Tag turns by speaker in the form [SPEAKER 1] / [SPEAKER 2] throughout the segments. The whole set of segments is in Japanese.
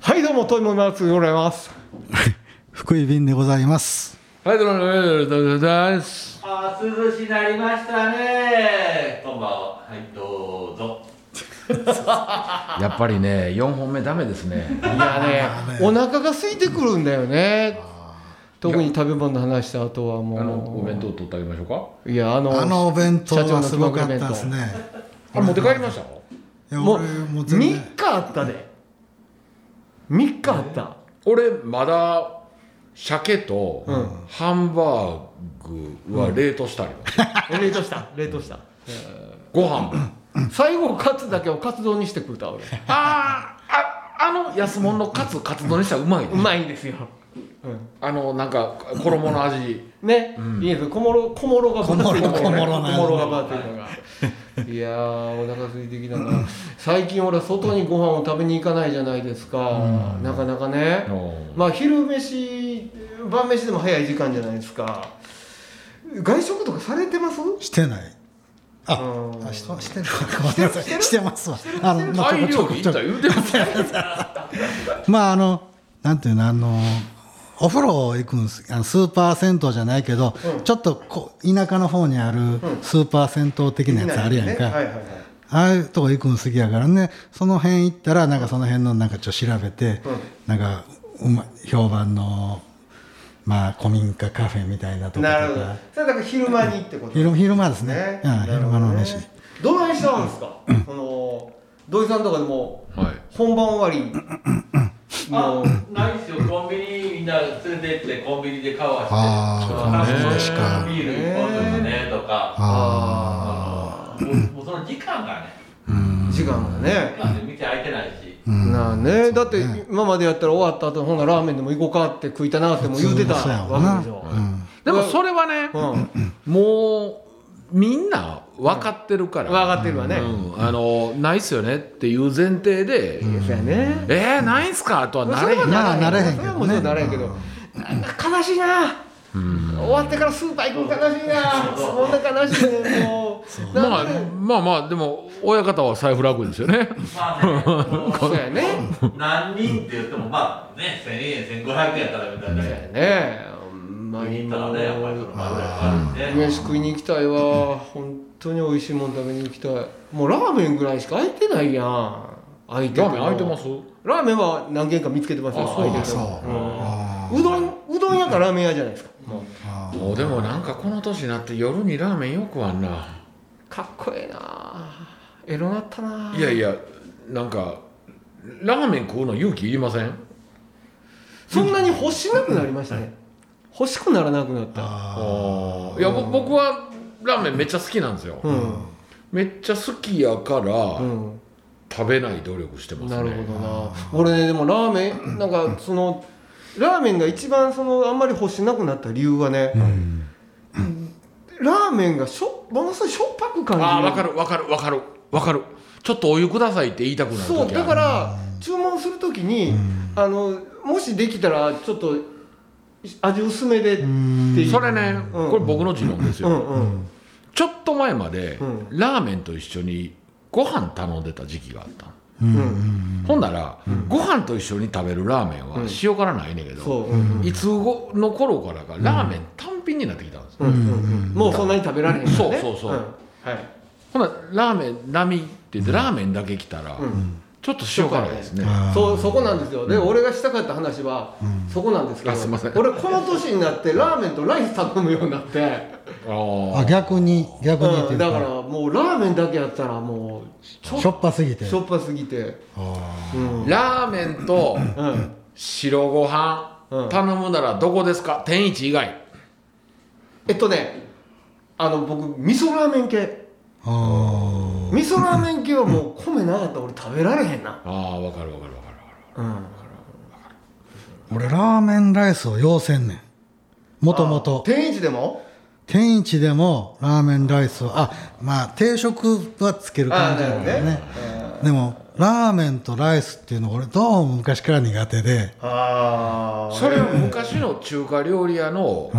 [SPEAKER 1] はいどうもトイモナツでございます
[SPEAKER 2] 福井便でございます。
[SPEAKER 3] はい、どうも、どうも、どうも、どうも、どうも、どうもです。
[SPEAKER 4] あー涼しなりましたねこんばんははいどうぞ
[SPEAKER 3] やっぱりね、四本目ダメですね。
[SPEAKER 1] いやねお腹が空いてくるんだよね特に食べ物の話した後はもう
[SPEAKER 3] あの、お弁当取ってあげましょうか。
[SPEAKER 1] いやあの
[SPEAKER 2] あのお弁当
[SPEAKER 1] 社長
[SPEAKER 2] は
[SPEAKER 1] の
[SPEAKER 2] す
[SPEAKER 1] 気
[SPEAKER 2] ご
[SPEAKER 1] ま
[SPEAKER 2] か
[SPEAKER 1] ぐ
[SPEAKER 2] っ
[SPEAKER 1] れ弁
[SPEAKER 2] た
[SPEAKER 1] 当
[SPEAKER 2] ですね。
[SPEAKER 3] あ、持って帰りました。
[SPEAKER 2] いや、
[SPEAKER 1] もう
[SPEAKER 2] 俺もう
[SPEAKER 1] 3
[SPEAKER 2] 全然
[SPEAKER 1] 日。あったで3日あった
[SPEAKER 3] 俺、まだ。鮭と
[SPEAKER 1] うん
[SPEAKER 3] ハンバーグは冷凍してあります。
[SPEAKER 1] え冷凍した冷凍した
[SPEAKER 3] ご飯も。
[SPEAKER 1] 最後カツだけをカツ丼にして食うた俺
[SPEAKER 3] あーあ、あの安物のカツ、カツ丼にしたらうまいね
[SPEAKER 1] う。まいんですよ、う
[SPEAKER 3] あの、なんか衣の味。
[SPEAKER 1] ん、ね、いいです小諸小諸がバーっていうのが
[SPEAKER 2] 小諸の
[SPEAKER 1] 小諸がバーっていうのがいやーお腹空いてきたな最近俺外にご飯を食べに行かないじゃないですか、なかなかね、まあ昼飯晩飯でも早い時間じゃないですか外食とかされてます
[SPEAKER 2] してない。
[SPEAKER 1] う
[SPEAKER 2] あ、
[SPEAKER 1] ん
[SPEAKER 2] あしとしてるわ。ごめんなさい。してますわ。あの、まあ、
[SPEAKER 3] タ
[SPEAKER 2] ちょ
[SPEAKER 3] イ
[SPEAKER 2] こちょ
[SPEAKER 3] 料
[SPEAKER 2] こ
[SPEAKER 3] 理
[SPEAKER 2] ちょ
[SPEAKER 3] 行っ
[SPEAKER 2] こ
[SPEAKER 3] た言うてますね。
[SPEAKER 2] まあ、あの、なんていうの、あの。お風呂行くんですあのスーパー銭湯じゃないけど、ちょっとこう田舎の方にあるスーパー銭湯的なやつあるやん
[SPEAKER 1] ね
[SPEAKER 2] か、
[SPEAKER 1] はいはいはい
[SPEAKER 2] ああいうとこ行くの好きやからね、その辺行ったら、なんかその辺のなんかちょっと調べて、なんかうま評判の、まあ、古民家カフェみたいなとこと
[SPEAKER 1] なるほど
[SPEAKER 2] か、
[SPEAKER 1] それだから昼間にってこと
[SPEAKER 2] 昼昼間ですね
[SPEAKER 1] ね
[SPEAKER 2] うん、
[SPEAKER 1] なる
[SPEAKER 2] 昼
[SPEAKER 1] ほ
[SPEAKER 2] 間
[SPEAKER 1] ど
[SPEAKER 2] の
[SPEAKER 1] ね
[SPEAKER 2] 飯。
[SPEAKER 1] どないしたんです か、その土井さんとかでも
[SPEAKER 3] はい。
[SPEAKER 1] 本番終わり
[SPEAKER 4] あ
[SPEAKER 1] の
[SPEAKER 4] ないっすよコンビニみんな連れてってコンビニでカバーして
[SPEAKER 2] あー
[SPEAKER 4] の
[SPEAKER 2] コンビニでしか
[SPEAKER 4] ビール一本ずつねとか
[SPEAKER 1] あ
[SPEAKER 4] もうもうその時間がね
[SPEAKER 1] ー時間が
[SPEAKER 4] 時
[SPEAKER 1] ね、
[SPEAKER 4] 間で店開いてないし
[SPEAKER 2] うん
[SPEAKER 1] なあねだって
[SPEAKER 2] そうね
[SPEAKER 1] 今までやったら終わった後ほんならラーメンでも行こうかって食いたなっても言うてた
[SPEAKER 2] 普通のそうやわ
[SPEAKER 1] わ
[SPEAKER 2] な
[SPEAKER 1] けでしょ、
[SPEAKER 2] うん
[SPEAKER 3] でも、それはね。
[SPEAKER 1] うん
[SPEAKER 3] もうみんな分かってるから、
[SPEAKER 1] 分かってるわね、
[SPEAKER 3] うんあのないっすよねっていう前提で、
[SPEAKER 1] そうやね
[SPEAKER 3] えー、ないんすかとはなれへん
[SPEAKER 2] まあなれへんけ
[SPEAKER 1] そ
[SPEAKER 2] どね
[SPEAKER 1] れはもちろんなれへんけど、なんか悲しいな、終わってからスーパー行くの悲しいな、そんな悲しいね、もう、
[SPEAKER 3] ま
[SPEAKER 1] な
[SPEAKER 3] あ
[SPEAKER 1] んで、
[SPEAKER 3] まあまあでも親方は財布楽ですよね
[SPEAKER 4] まあねこ
[SPEAKER 1] そうやね、
[SPEAKER 4] う何人って言ってもまあね1000円1500円やったらみたいな
[SPEAKER 1] そうや
[SPEAKER 4] ね
[SPEAKER 1] ね、ほんま
[SPEAKER 4] み
[SPEAKER 1] に
[SPEAKER 4] んな
[SPEAKER 1] も
[SPEAKER 4] ねやっぱりそうの、まぐらいあるんで
[SPEAKER 1] 飯食いに行きたいわ、本当に美味しいもん食べに行きたい、もうラーメンぐらいしか空いてないやん、空いてて
[SPEAKER 3] ラ
[SPEAKER 1] も
[SPEAKER 3] ーメン空いてます
[SPEAKER 1] ラーメンは何軒か見つけてますよ、
[SPEAKER 3] あそう
[SPEAKER 1] 空いてても
[SPEAKER 2] そ
[SPEAKER 1] う
[SPEAKER 2] う
[SPEAKER 1] んうどん、うどん屋かラーメン屋じゃないですか、もう
[SPEAKER 2] あ
[SPEAKER 3] もうでもなんかこの年になって夜にラーメンよくあんな
[SPEAKER 1] かっこええなエロなったない
[SPEAKER 3] やいやなんかラーメン食うの勇気いりません
[SPEAKER 1] そんなに欲しなくなりましたね欲しくならなくなった
[SPEAKER 2] あ
[SPEAKER 3] あーいやぼ僕はラーメンめっちゃ好きなんですよ、
[SPEAKER 1] うん、
[SPEAKER 3] めっちゃ好きやから、
[SPEAKER 1] うん
[SPEAKER 3] 食べない努力してますね
[SPEAKER 1] なるほどな俺ねでもラーメンなんかそのラーメンが一番そのあんまり欲しなくなった理由はね、ラーメンがしょものすごいしょっぱく感じる
[SPEAKER 3] ああ分かる分かる分かる分かるちょっとお湯くださいって言いたくなる時あ
[SPEAKER 1] そう
[SPEAKER 3] る
[SPEAKER 1] だから注文するときに、あのもしできたらちょっと味薄めでっていう
[SPEAKER 3] それね、
[SPEAKER 1] うん
[SPEAKER 3] これ僕の持論です
[SPEAKER 1] う
[SPEAKER 3] よ、
[SPEAKER 1] んうん、
[SPEAKER 3] ちょっと前まで、
[SPEAKER 1] うん
[SPEAKER 3] ラーメンと一緒にご飯頼んでた時期があったの、
[SPEAKER 1] うん、
[SPEAKER 3] ほんなら、ご飯と一緒に食べるラーメンは塩辛ないねんけ
[SPEAKER 1] そ
[SPEAKER 3] ど、
[SPEAKER 1] う、うん
[SPEAKER 3] いつごの頃からかラーメン単品になってきたんですよ、
[SPEAKER 1] うんうんうんもうそんなに食べられへんからね
[SPEAKER 3] そうそうそうん
[SPEAKER 1] はい
[SPEAKER 3] ほんならラーメン並って言ってラーメンだけ来たら、
[SPEAKER 1] ん
[SPEAKER 3] ちょっと塩辛いですね、
[SPEAKER 2] あ
[SPEAKER 1] そうそこなんですよで、俺がしたかった話は、そこなんですけど
[SPEAKER 3] あすいません
[SPEAKER 1] 俺この年になってラーメンとライス頼むようになって、
[SPEAKER 3] あ
[SPEAKER 2] あ
[SPEAKER 3] あ
[SPEAKER 2] 逆に逆にって
[SPEAKER 1] う
[SPEAKER 2] い
[SPEAKER 1] ん、
[SPEAKER 2] う
[SPEAKER 1] だ
[SPEAKER 2] か,、
[SPEAKER 1] からもうラーメンだけやったらもうちょ
[SPEAKER 2] しょっぱすぎて
[SPEAKER 1] しょっぱすぎて
[SPEAKER 2] あ
[SPEAKER 1] うん、
[SPEAKER 3] ラーメンと
[SPEAKER 1] うん、
[SPEAKER 3] 白ご飯、
[SPEAKER 1] うん
[SPEAKER 3] 頼むならどこですか天一以外
[SPEAKER 1] えっとねあの僕味噌ラーメン系
[SPEAKER 2] ーあ
[SPEAKER 1] 味噌ラーメン系はもう米なかったら俺食べられへんな
[SPEAKER 3] ああ分かる分かる分か
[SPEAKER 1] う
[SPEAKER 3] る
[SPEAKER 1] ん
[SPEAKER 2] ー俺ラーメンライスを要せんねんもともと
[SPEAKER 1] 天一でも
[SPEAKER 2] 天一でもラーメンライスをあまあ定食はつける感じなんだよねでもラーメンとライスっていうの俺どうも昔から苦手で
[SPEAKER 1] ああ
[SPEAKER 3] それ昔の中華料理屋の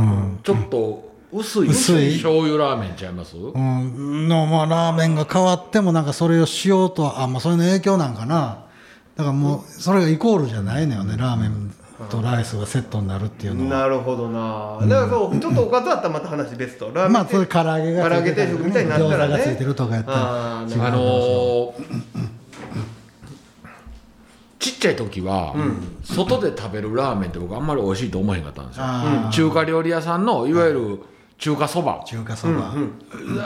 [SPEAKER 3] ちょっと薄い
[SPEAKER 2] 薄い
[SPEAKER 3] 醤油ラーメンちゃいます、
[SPEAKER 2] うんのまあラーメンが変わってもなんかそれをしようとはあまあそれの影響なんかなだからもうそれがイコールじゃないのよね、ラーメンとライスがセットになるっていうのは
[SPEAKER 1] なるほどな、だからそうちょっとおかずあったらまた話別とラーメン
[SPEAKER 2] まあそれ唐揚げが
[SPEAKER 1] 唐揚げ
[SPEAKER 2] ついて
[SPEAKER 1] 定
[SPEAKER 2] る
[SPEAKER 1] 食みたいになったらね
[SPEAKER 2] 餃子がついてるとかやったら
[SPEAKER 1] あーなるほど
[SPEAKER 3] あのーちっちゃい時は、外で食べるラーメンって僕あんまり美味しいと思えへんかったんですよ
[SPEAKER 2] あー
[SPEAKER 3] 中華料理屋さんのいわゆる中華そば、
[SPEAKER 2] 中華そば、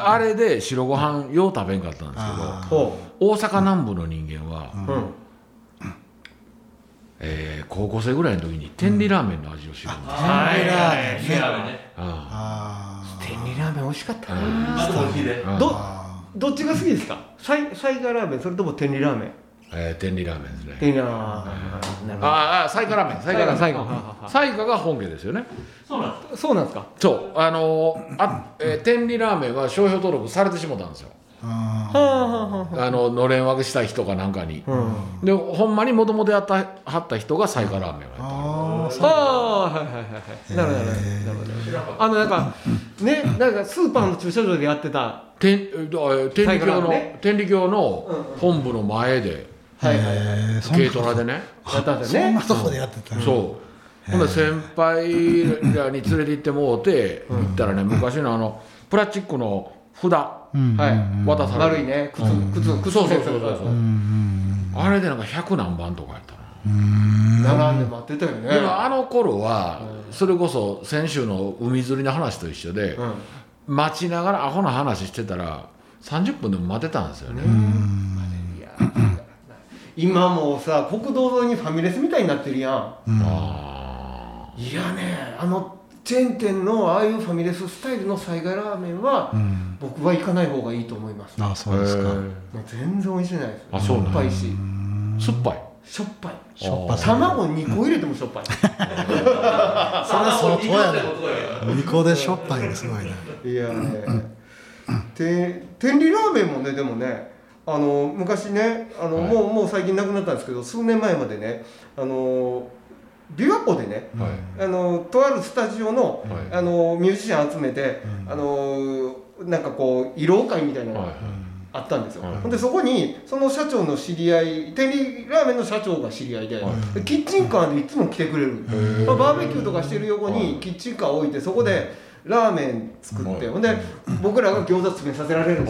[SPEAKER 3] あれで白ご飯よう食べんかったんです
[SPEAKER 2] あ
[SPEAKER 1] ほ
[SPEAKER 3] けど大阪南部の人間は、
[SPEAKER 1] う、うん
[SPEAKER 3] えー高校生ぐらいの時に天理ラーメンの味を知るんです、
[SPEAKER 4] はい
[SPEAKER 2] ラ
[SPEAKER 4] は
[SPEAKER 2] ーメ
[SPEAKER 4] い
[SPEAKER 2] ンね
[SPEAKER 4] シェラーメンね
[SPEAKER 3] あ
[SPEAKER 2] あ
[SPEAKER 1] 天理ラーメン美味しかったな
[SPEAKER 4] あと美味しいで
[SPEAKER 3] あ
[SPEAKER 1] ど
[SPEAKER 2] あ
[SPEAKER 1] どっちが好きですかサイサイガーラーメンそれとも天理ラーメン
[SPEAKER 3] えー天理ラーメンですね
[SPEAKER 1] 天理ラーメンなるほ
[SPEAKER 3] あーあー彩華ラーメン彩華ラーメン
[SPEAKER 1] 彩華ラーメンあああ
[SPEAKER 3] 彩華が本家ですよね
[SPEAKER 4] そうなんです
[SPEAKER 1] どそうなんですか
[SPEAKER 3] そうあのーあ、えー天理ラーメンは商標登録されてしまったんですよ
[SPEAKER 2] あ
[SPEAKER 1] はあはあは
[SPEAKER 3] あののれん分けした人かなんかに、
[SPEAKER 1] あうん
[SPEAKER 3] でほんまにもともとやったはった人が彩華ラーメンをやった
[SPEAKER 2] あ
[SPEAKER 1] ああはいはいはいはいなるほどなるほどなるほどあのなんかねなんかスーパーの駐車場でやってたは
[SPEAKER 3] 天えー天理
[SPEAKER 1] 彩華ラ
[SPEAKER 3] 教
[SPEAKER 1] ー
[SPEAKER 3] の、
[SPEAKER 1] メンね
[SPEAKER 3] 天理教の本部の前で
[SPEAKER 1] いはいはいや
[SPEAKER 2] えー、そん
[SPEAKER 3] 軽
[SPEAKER 2] な
[SPEAKER 3] トラでね
[SPEAKER 1] ったんです
[SPEAKER 2] そ
[SPEAKER 1] よ
[SPEAKER 2] ん
[SPEAKER 1] ね
[SPEAKER 2] なとこでやってたの
[SPEAKER 3] そうほんで先輩らに連れて行ってもうて行ったらね昔のあのプラスチックの札
[SPEAKER 2] うん
[SPEAKER 1] はい
[SPEAKER 3] 渡され
[SPEAKER 1] 丸
[SPEAKER 3] る
[SPEAKER 1] いね靴靴靴
[SPEAKER 3] そうそうそうそうそううんあれでなんか100何番とかやったな
[SPEAKER 2] うんうん
[SPEAKER 1] 並んで待ってたよね
[SPEAKER 3] でもあの頃はそれこそ先週の海釣りの話と一緒で
[SPEAKER 1] うん
[SPEAKER 3] 待ちながらアホな話してたら30分でも待てたんですよね
[SPEAKER 1] いやー今もうさ国道沿いにファミレスみたいになってるやん
[SPEAKER 3] あ
[SPEAKER 1] いやねあのチェーン店のああいうファミレススタイルの災害ラーメンは、
[SPEAKER 2] うん
[SPEAKER 1] 僕は行かない方がいいと思います
[SPEAKER 2] ああ
[SPEAKER 3] あ
[SPEAKER 2] そうですか
[SPEAKER 1] もう全然美味しいないです
[SPEAKER 3] あそう
[SPEAKER 1] しょ
[SPEAKER 3] なん
[SPEAKER 1] っ
[SPEAKER 3] だ
[SPEAKER 1] ぱいし
[SPEAKER 3] 酸っぱい
[SPEAKER 1] しょっぱい
[SPEAKER 2] しょっぱさ
[SPEAKER 1] 卵2個入れてもしょっぱい、
[SPEAKER 2] それは相当やな
[SPEAKER 4] そうことや
[SPEAKER 2] 二個でしょっぱいがすごいない
[SPEAKER 1] やねて天理ラーメンもねでもねあの昔ねあの、
[SPEAKER 3] はい
[SPEAKER 1] もうもう最近なくなったんですけど数年前までねあの琵琶湖でね
[SPEAKER 3] はい
[SPEAKER 1] あのとあるスタジオの,、
[SPEAKER 3] はい
[SPEAKER 1] あのミュージシャン集めて、あのなんかこう慰労会みたいなのが
[SPEAKER 3] はい
[SPEAKER 1] あったんですよ、
[SPEAKER 3] はい
[SPEAKER 1] ほんでそこにその社長の知り合い天理ラーメンの社長が知り合いで、
[SPEAKER 3] は
[SPEAKER 1] キッチンカーでいつも来てくれる、
[SPEAKER 3] ー
[SPEAKER 1] まあ、バーベキューとかしてる横
[SPEAKER 3] はい
[SPEAKER 1] にキッチンカー置いてそこでラーメン作って、
[SPEAKER 3] はい
[SPEAKER 1] ほんで僕らが餃子詰めさせられるんで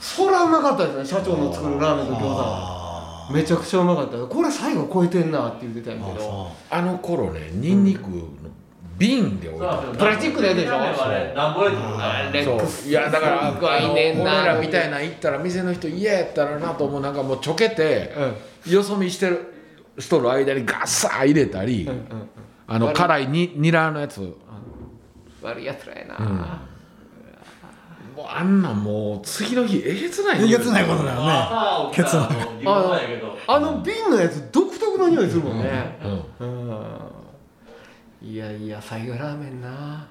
[SPEAKER 1] すよ、そりゃうまかったですね社長の作るラーメンと餃子は
[SPEAKER 2] あ
[SPEAKER 1] めちゃくちゃうまかったこれ最後超えてんなって言ってたんやけど
[SPEAKER 2] あ
[SPEAKER 3] あの頃ねニンニクの瓶で置い
[SPEAKER 4] そう
[SPEAKER 3] て
[SPEAKER 4] なん
[SPEAKER 3] あ
[SPEAKER 4] ですよ
[SPEAKER 1] プラスチックのやつでしょ
[SPEAKER 4] ラーメンはねなんぼやつもない
[SPEAKER 1] レックス
[SPEAKER 3] そういやだから
[SPEAKER 1] すっごいねん
[SPEAKER 3] 俺
[SPEAKER 1] な
[SPEAKER 3] らみたいな行ったら店の人嫌やったらなと思うなんかもうちょけて
[SPEAKER 1] うん
[SPEAKER 3] よそ見してる人の間にガッサー入れたり、
[SPEAKER 1] うんうん
[SPEAKER 3] あの辛いにニラのやつも
[SPEAKER 1] 悪いやつらやな、
[SPEAKER 3] うあんなんもう次の日えげつない
[SPEAKER 2] え
[SPEAKER 3] 匂
[SPEAKER 2] げつないこと
[SPEAKER 3] う
[SPEAKER 2] だよね
[SPEAKER 4] 朝起きたらもう自分なんやけど
[SPEAKER 1] あの瓶のやつ独特の匂いするもんね
[SPEAKER 3] ん
[SPEAKER 1] うん、いやいや最後ラーメンな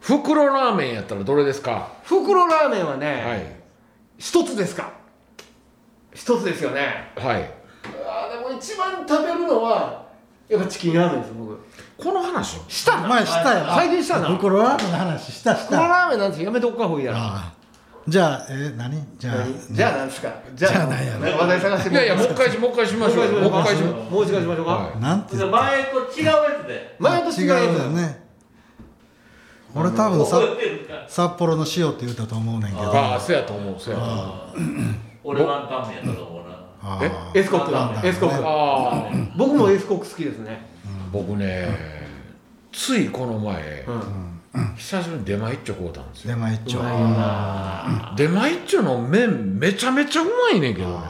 [SPEAKER 3] 袋ラーメンやったらどれですか
[SPEAKER 1] 袋ラーメンはね、
[SPEAKER 3] はい
[SPEAKER 1] 一つですか一つですよね
[SPEAKER 3] はい
[SPEAKER 1] あーでも一番食べるのはやっぱチキンラーメンです僕
[SPEAKER 3] この話を
[SPEAKER 1] したな
[SPEAKER 2] 前したよ
[SPEAKER 1] 最近したな袋
[SPEAKER 2] 袋ラーメンの話したしたあ
[SPEAKER 1] ラーメンなんてやめとこうかほいやら
[SPEAKER 2] あじゃあえー、何じゃあ
[SPEAKER 1] じゃあ何すかじ
[SPEAKER 2] じゃあ何やろ
[SPEAKER 1] 話題探して
[SPEAKER 3] いやいやもう一回しもう一回しましょうよもう一回しましょ
[SPEAKER 1] もう一回しましょう
[SPEAKER 3] う
[SPEAKER 1] か、
[SPEAKER 3] は
[SPEAKER 2] なんて
[SPEAKER 4] 前
[SPEAKER 2] 言
[SPEAKER 4] と
[SPEAKER 2] った
[SPEAKER 4] 違うやつで
[SPEAKER 1] 前と違う
[SPEAKER 2] 違うよね俺多分さ
[SPEAKER 4] 覚えてるか
[SPEAKER 2] 札幌の塩って言ったと思うねんけ
[SPEAKER 3] い
[SPEAKER 2] ど
[SPEAKER 3] ああそうやと思うそうやと思う
[SPEAKER 4] 俺ワンタン麺やったと思うな
[SPEAKER 2] あ
[SPEAKER 3] え
[SPEAKER 1] エスコッ
[SPEAKER 2] あ
[SPEAKER 1] クエスコック
[SPEAKER 3] ああ
[SPEAKER 1] 僕もエスコック好きですね
[SPEAKER 3] 僕ねついこの前、
[SPEAKER 1] うん
[SPEAKER 3] 久しぶりに出前一丁買うたんですよ
[SPEAKER 2] 出前一丁
[SPEAKER 1] うまいよな
[SPEAKER 3] 出前一丁の麺めちゃめちゃうまいねんけどね
[SPEAKER 1] ラー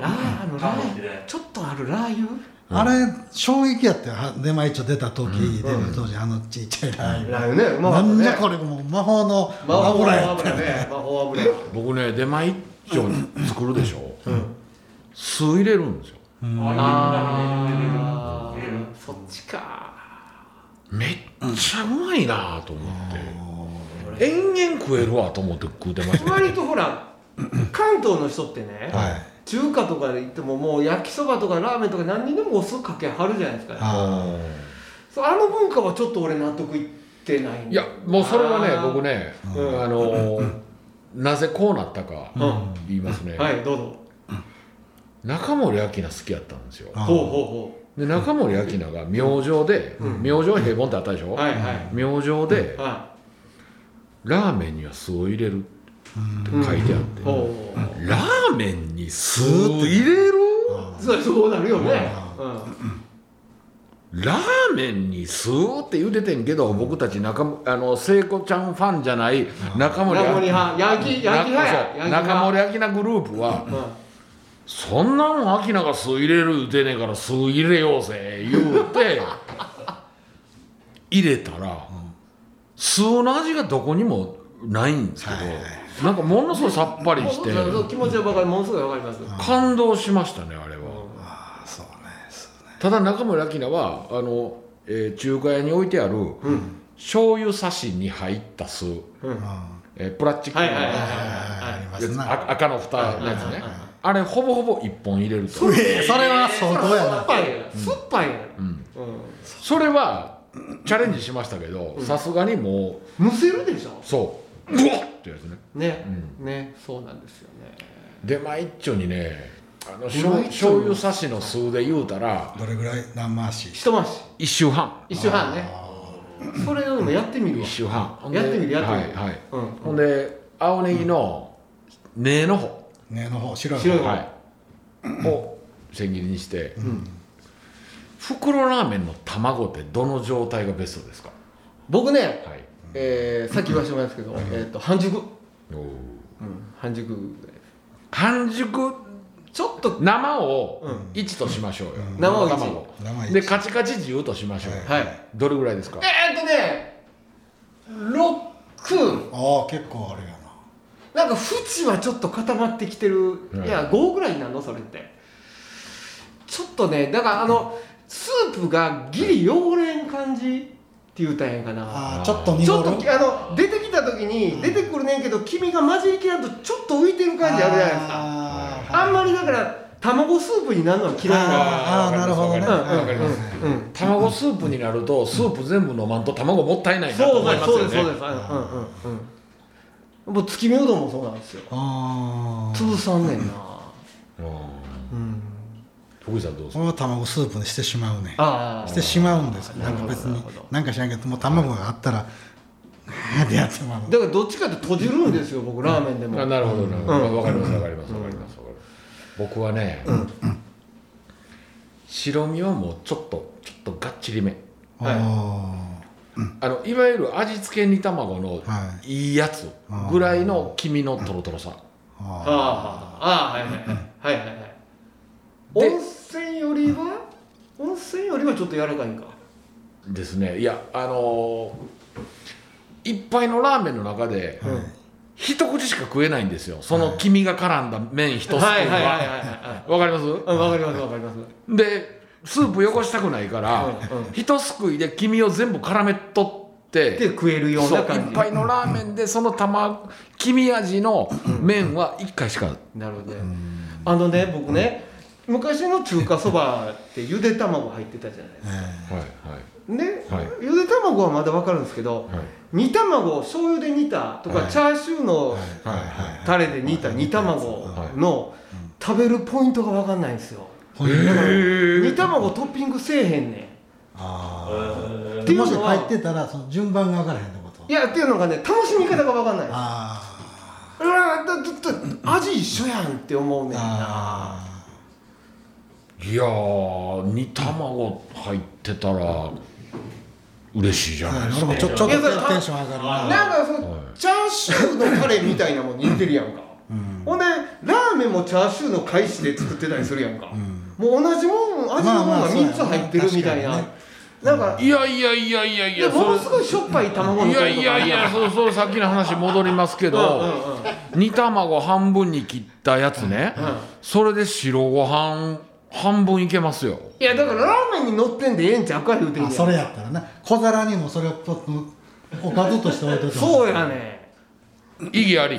[SPEAKER 1] あのラー油ちょっとあるラー油
[SPEAKER 2] あれ衝撃やったよは出前一丁出た時、出る当時あのちっちゃいラー油、
[SPEAKER 1] ラー油ねうまか
[SPEAKER 2] な
[SPEAKER 1] ったね
[SPEAKER 2] んじゃこれもう魔法の
[SPEAKER 1] 魔法
[SPEAKER 2] 油やった
[SPEAKER 1] 油ね魔法油
[SPEAKER 3] 僕ね出前一丁作るでしょ、酢入れるんですよ
[SPEAKER 1] あーそっちか
[SPEAKER 3] めっちゃうまいなと思って、延々食えるわと思って食うてましたよ
[SPEAKER 1] 割とほら関東の人ってね、
[SPEAKER 2] はい
[SPEAKER 1] 中華とかで行ってももう焼きそばとかラーメンとか何にでもお酢かけはるじゃないですか
[SPEAKER 2] あ
[SPEAKER 1] そうあの文化はちょっと俺納得いってない
[SPEAKER 3] いやもうそれはね
[SPEAKER 1] あー
[SPEAKER 3] 僕ね、
[SPEAKER 1] うん
[SPEAKER 3] あのーなぜこうなったか
[SPEAKER 1] うん
[SPEAKER 3] 言いますね、
[SPEAKER 1] はいどうぞ
[SPEAKER 3] 中森明菜好きやったんですよ
[SPEAKER 1] ほう
[SPEAKER 2] あ
[SPEAKER 1] ほうほ
[SPEAKER 3] で中森明菜が明星で、
[SPEAKER 1] うん
[SPEAKER 3] 明星は平凡ってあったでしょ、
[SPEAKER 1] うはいはい
[SPEAKER 3] 明星で
[SPEAKER 1] は
[SPEAKER 3] ラーメンには酢を入れるって書いてあって、
[SPEAKER 1] いほう
[SPEAKER 3] ラーメンに酢入れる
[SPEAKER 1] そうそうなるよね
[SPEAKER 3] ラーメンに酢って言うててんけど僕たち中もあの聖子ちゃんファンじゃない中
[SPEAKER 1] うん
[SPEAKER 3] 森
[SPEAKER 1] 中森
[SPEAKER 3] 明菜
[SPEAKER 1] 派焼き焼き派や焼き派
[SPEAKER 3] 中森明菜グループは
[SPEAKER 1] うん
[SPEAKER 3] そんなもん明菜が酢入れる言うてねえから酢入れようぜ言うて入れたら酢の味がどこにもないんですけど、なんかものすごいさっぱりして
[SPEAKER 1] そうそう気持ちはわかりものすごいわかります
[SPEAKER 3] 感動しましたねあれは。
[SPEAKER 2] あそうね
[SPEAKER 3] ただ中森明菜はあの、えー中華屋に置いてある、
[SPEAKER 1] うん
[SPEAKER 3] 醤油差しに入った酢、
[SPEAKER 1] うん
[SPEAKER 2] うん
[SPEAKER 1] は
[SPEAKER 3] えープラスチック
[SPEAKER 1] いはいはいはい
[SPEAKER 3] の
[SPEAKER 2] あり
[SPEAKER 1] は
[SPEAKER 2] ますな
[SPEAKER 3] あ赤の蓋のやつ
[SPEAKER 1] はいはい
[SPEAKER 3] ね
[SPEAKER 1] はい
[SPEAKER 3] あれほぼほぼ一本入れると、
[SPEAKER 2] えそれはい相当や
[SPEAKER 1] 酸っ
[SPEAKER 2] な
[SPEAKER 1] ぱいやん酸っぱいやん
[SPEAKER 3] うん、
[SPEAKER 1] うん
[SPEAKER 3] それはチャレンジしましたけどさすがにも
[SPEAKER 1] むせるでしょ
[SPEAKER 3] うそううわっってやつね
[SPEAKER 1] ねねそうなんですよね
[SPEAKER 3] 出前一丁にねあの
[SPEAKER 1] 出前
[SPEAKER 3] 醤
[SPEAKER 1] 一丁
[SPEAKER 3] 醤油差しの酢で言うたら
[SPEAKER 2] どれぐらい何回し
[SPEAKER 1] 一回し
[SPEAKER 3] 一周半
[SPEAKER 1] 一週半ねそれでもやってみるわ
[SPEAKER 3] 一周半ほんで
[SPEAKER 1] やってみるやってみる
[SPEAKER 3] はいはい
[SPEAKER 1] うん
[SPEAKER 3] ほんで青ネギの根の方
[SPEAKER 2] 根の方白い
[SPEAKER 1] 白い
[SPEAKER 2] 方
[SPEAKER 1] 方
[SPEAKER 3] はい、を千切りにして
[SPEAKER 1] うん
[SPEAKER 3] 袋ラーメンの卵ってどの状態がベストですか、
[SPEAKER 1] 僕ね
[SPEAKER 3] はい、
[SPEAKER 1] えーさっき言わせてもらいますけどえっと半熟半熟ぐらい
[SPEAKER 3] 半熟
[SPEAKER 1] ちょっと
[SPEAKER 3] 生を
[SPEAKER 1] うん
[SPEAKER 3] 1としましょうよ、
[SPEAKER 2] うん
[SPEAKER 1] 生を一
[SPEAKER 2] 生
[SPEAKER 3] で
[SPEAKER 2] 一
[SPEAKER 3] カチカチ10としましょうよ、
[SPEAKER 1] はい
[SPEAKER 3] どれぐらいですか
[SPEAKER 1] えーっとね6
[SPEAKER 2] ああ結構あれやな
[SPEAKER 1] なんか縁はちょっと固まってきてる、
[SPEAKER 3] はい
[SPEAKER 1] いや5ぐらいになるのそれってちょっとねだからあのスープがギリ汚れん感じって言うたんやんかな
[SPEAKER 2] あ
[SPEAKER 3] あー
[SPEAKER 2] あちょっと
[SPEAKER 1] ちょ
[SPEAKER 2] 濁
[SPEAKER 1] っ
[SPEAKER 2] る
[SPEAKER 1] とあの出てきた時に出てくるねんけど黄身が混じりきらんとちょっと浮いてる感じあるじゃないですか
[SPEAKER 2] あー
[SPEAKER 1] あんまりだから卵スープになるのは嫌いな
[SPEAKER 2] あーあーなるほどね
[SPEAKER 3] わかります
[SPEAKER 1] うんうん
[SPEAKER 3] 卵スープになるとスープ全部飲まんと卵もったいないなと
[SPEAKER 1] そう
[SPEAKER 3] 思い
[SPEAKER 1] で
[SPEAKER 3] ますす
[SPEAKER 1] そう
[SPEAKER 3] よ
[SPEAKER 1] ですそうで
[SPEAKER 3] ね
[SPEAKER 1] すうんうんうんうんもう月見うどんもそうなんですよ
[SPEAKER 2] ああ
[SPEAKER 1] 潰さんねんな
[SPEAKER 3] うん
[SPEAKER 1] うん
[SPEAKER 3] 徳井さんどうです
[SPEAKER 2] こ
[SPEAKER 3] か
[SPEAKER 2] れは卵スープにしてしまうね
[SPEAKER 1] ああ
[SPEAKER 2] してしまうんです
[SPEAKER 1] な
[SPEAKER 2] な
[SPEAKER 1] る
[SPEAKER 2] ん
[SPEAKER 1] ほど
[SPEAKER 2] か別
[SPEAKER 1] な
[SPEAKER 2] に
[SPEAKER 1] るほど
[SPEAKER 2] なんか知らんけどもう卵があったら あーってやってまう
[SPEAKER 1] だからどっちかって閉じるんですよ僕ラーメンでも
[SPEAKER 3] あなるほどなるほど
[SPEAKER 1] うん
[SPEAKER 3] わかりますわかりますわかりますわかります僕はね、白身はもうちょっとちょっとがっちりめ
[SPEAKER 1] はい
[SPEAKER 2] あ
[SPEAKER 3] あのいわゆる味付け煮卵の
[SPEAKER 2] ーはい
[SPEAKER 3] いいやつぐらいの黄身のとろとろさ
[SPEAKER 1] あ
[SPEAKER 2] あ
[SPEAKER 1] あああはいはいはいはいはいはい
[SPEAKER 3] で
[SPEAKER 1] 温泉よりは温泉よりはちょっと柔らかいんか
[SPEAKER 3] ですねいやあのー、いっぱいのラーメンの中で
[SPEAKER 1] うん
[SPEAKER 3] 一口しか食えないんですよその黄身が絡んだ麺一つは
[SPEAKER 1] はいはいはいはい
[SPEAKER 3] わ
[SPEAKER 1] は
[SPEAKER 3] かります
[SPEAKER 1] いうんわかりますわかります
[SPEAKER 3] でスープ汚したくないから、
[SPEAKER 1] うんうん
[SPEAKER 3] 一すくいで黄身を全部絡めとって
[SPEAKER 1] で食えるよう
[SPEAKER 3] そう
[SPEAKER 1] ない感
[SPEAKER 3] っ
[SPEAKER 1] じ
[SPEAKER 3] ぱいのラーメンでその玉黄身味の麺は1回しか
[SPEAKER 1] なるほどねあのね僕ね昔の中華そばってゆで卵入ってたじゃないですか
[SPEAKER 2] え
[SPEAKER 3] はい
[SPEAKER 1] ね、
[SPEAKER 3] はい
[SPEAKER 1] ゆで卵はまだわかるんですけど
[SPEAKER 3] はい
[SPEAKER 1] 煮卵を醤油で煮たとか、
[SPEAKER 3] はい
[SPEAKER 1] チャーシューの
[SPEAKER 3] はい
[SPEAKER 1] タレで煮た煮卵の食べるポイントがわかんないんですよ、
[SPEAKER 2] え
[SPEAKER 1] 煮卵トッピングせえへんねんっ
[SPEAKER 2] ああ
[SPEAKER 1] て
[SPEAKER 2] で
[SPEAKER 1] いう
[SPEAKER 2] もし
[SPEAKER 1] のは
[SPEAKER 2] 入ってたらその順番が分からへんってこと
[SPEAKER 1] いやっていうのがね楽しみ方がわかんない
[SPEAKER 2] あ
[SPEAKER 1] うわだだだ味一緒やんって思うねん
[SPEAKER 2] ー
[SPEAKER 1] な
[SPEAKER 2] あ
[SPEAKER 3] いやー煮卵入ってたら嬉しいじゃない
[SPEAKER 2] ー
[SPEAKER 3] です
[SPEAKER 2] 俺
[SPEAKER 3] か、
[SPEAKER 2] もちょちょっとテンテンション上がるな
[SPEAKER 1] なんかその、チャーシューのタレみたいなもん似てるやんか、ほんでラーメンもチャーシューの返しで作ってたりするやんか、もう同じもん味のものが3つ入ってるみたいな、
[SPEAKER 2] まあまあ
[SPEAKER 1] なんか
[SPEAKER 3] いやいやいやいやい
[SPEAKER 1] いや
[SPEAKER 3] や
[SPEAKER 1] も
[SPEAKER 3] そ
[SPEAKER 1] の
[SPEAKER 3] れ
[SPEAKER 1] すごいしょっぱい卵の
[SPEAKER 3] いや
[SPEAKER 1] タレ
[SPEAKER 3] い
[SPEAKER 1] とか
[SPEAKER 3] やいやそうそうさっきの話戻りますけ
[SPEAKER 1] うんうんうん
[SPEAKER 3] ど煮卵半分に切ったやつね、
[SPEAKER 1] うん
[SPEAKER 3] それで白ご飯半分いけますよ
[SPEAKER 1] いやだからラーメンに乗ってんでええんちゃうか言うてんねん
[SPEAKER 2] あそれやったらな小皿にもそれをポッとおかずとして置いといて
[SPEAKER 1] そううやね
[SPEAKER 3] 意義あり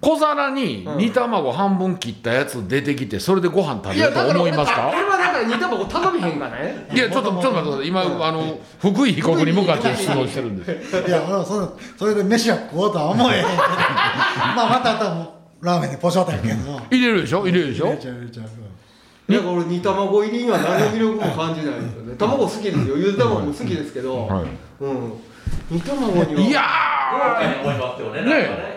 [SPEAKER 3] 小皿に煮卵半分切ったやつ出てきてそれでご飯食
[SPEAKER 1] い
[SPEAKER 3] べよ
[SPEAKER 1] や
[SPEAKER 3] うと
[SPEAKER 1] だから
[SPEAKER 3] 思
[SPEAKER 1] 俺
[SPEAKER 3] いますか
[SPEAKER 1] 俺はだから煮卵頼みへんがね
[SPEAKER 3] いやちょっとちょっと待ってください今あの福井被告に向かって質問してるんです
[SPEAKER 2] いや俺もそれそれで飯は食おうとは思えへんけどまあまた多分ラーメンでポショってやけど
[SPEAKER 3] 入れるでしょ入れるでし
[SPEAKER 2] 入
[SPEAKER 3] ょ
[SPEAKER 2] れちゃう入れちゃう
[SPEAKER 1] なんか俺煮卵入りには何の魅力も感じないですよね卵好きですよゆで卵も好きですけど、
[SPEAKER 3] はい
[SPEAKER 1] うん煮卵にはい
[SPEAKER 3] や
[SPEAKER 4] 豪華に思いますよね。
[SPEAKER 3] ね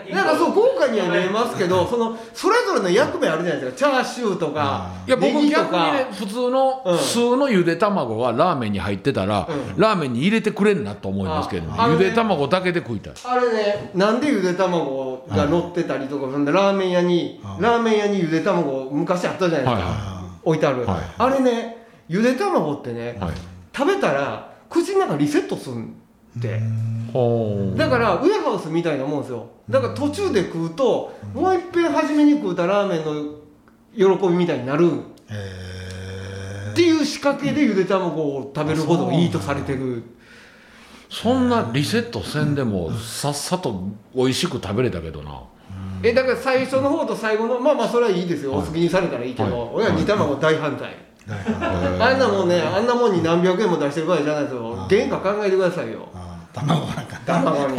[SPEAKER 4] え
[SPEAKER 1] なんかそう豪華には見えますけどそのそれぞれの役目あるじゃないですかチャーシューとか
[SPEAKER 3] ーいや僕
[SPEAKER 1] ネ
[SPEAKER 3] 逆に
[SPEAKER 1] ギ
[SPEAKER 3] ね
[SPEAKER 1] とか
[SPEAKER 3] 普通の、
[SPEAKER 1] うん
[SPEAKER 3] 普通のゆで卵はラーメンに入ってたら、
[SPEAKER 1] う
[SPEAKER 3] ラーメンに入れてくれんなと思いますけど、ね
[SPEAKER 1] ああ、の
[SPEAKER 3] ゆ
[SPEAKER 1] ね
[SPEAKER 3] で卵だけで食いたい
[SPEAKER 1] あれねなんでゆで卵が乗ってたりとかなんでラーメン屋にラーメン屋にゆで卵昔あったじゃないですか、
[SPEAKER 3] はい
[SPEAKER 1] 置いてある、
[SPEAKER 3] はい
[SPEAKER 1] あれねゆで卵ってね、
[SPEAKER 3] はい
[SPEAKER 1] 食べたら口の中リセットするんで
[SPEAKER 3] ほ
[SPEAKER 1] だからウエハウスみたいなもんですよだから途中で食うと、もういっぺん初めに食うたラーメンの喜びみたいになる
[SPEAKER 2] え
[SPEAKER 1] っ
[SPEAKER 2] ー
[SPEAKER 1] ていう仕掛けでゆで卵を食べるほどいいとされてる
[SPEAKER 3] そんなリセットせんでもさっさと美味しく食べれたけどな
[SPEAKER 1] えだから最初の方と最後のまあまあそれはいいですよ、
[SPEAKER 3] はい
[SPEAKER 1] お好きにされたらいいけど、
[SPEAKER 3] はい
[SPEAKER 1] 俺は煮卵大反対、
[SPEAKER 2] はいはい
[SPEAKER 1] あんなもんねあんなもんに何百円も出してる場合じゃないですよ原価考えてくださいよ
[SPEAKER 2] あー卵なんか
[SPEAKER 1] 卵に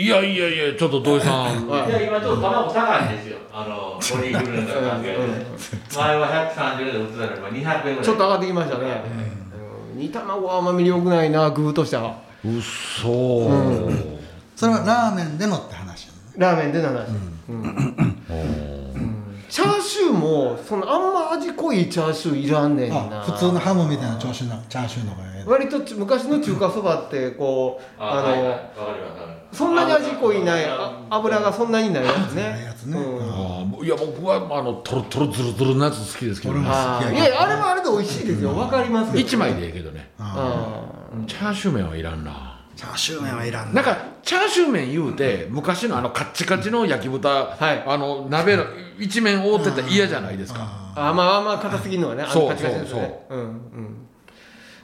[SPEAKER 3] いやいやいやちょっと土井さん
[SPEAKER 1] はい
[SPEAKER 4] いや今ちょっと卵高いんですよ。あのボディフルの関係で
[SPEAKER 1] うん。
[SPEAKER 4] 前は130円で売ってたのに今200円ぐらい。
[SPEAKER 1] ちょっと上がってきましたね、うん煮卵はあんま魅力ないな工夫とした
[SPEAKER 3] うっそー、
[SPEAKER 2] それはラーメンでのって話やね
[SPEAKER 1] ラーメンでの話、うんチャーシューもそのあんま味濃いチャーシューいらんねんな
[SPEAKER 2] あ普通のハムみたいな調子のチャーシューの方がええな
[SPEAKER 1] 割とち昔の中華そばってこう
[SPEAKER 4] あ
[SPEAKER 1] あ
[SPEAKER 4] はいはい
[SPEAKER 1] の、
[SPEAKER 4] わかりますわかります
[SPEAKER 1] そんなに味濃いないあ油がそんなにないやつ
[SPEAKER 2] ない
[SPEAKER 1] ね
[SPEAKER 2] やつね
[SPEAKER 1] うん
[SPEAKER 2] うん
[SPEAKER 3] あーいや僕はあのトロトロズルズルのやつ好きですけど、
[SPEAKER 2] 俺も
[SPEAKER 3] ね、
[SPEAKER 1] あーいやいやあれはあれで美味しいですよわかりますけど
[SPEAKER 3] 一枚でええけどね
[SPEAKER 2] あ
[SPEAKER 1] あ
[SPEAKER 3] チャーシュー麺はいらんな
[SPEAKER 2] ーチャーシュー麺はいらんな
[SPEAKER 3] なんかチャーシュー麺言うて、昔のあのカッチカチの焼き豚、
[SPEAKER 1] はい
[SPEAKER 3] あの鍋の一面覆ってたら嫌じゃないですか、
[SPEAKER 2] あ
[SPEAKER 1] あーまああんま硬すぎるのはねあの
[SPEAKER 3] そう
[SPEAKER 1] カチカチですねうんうん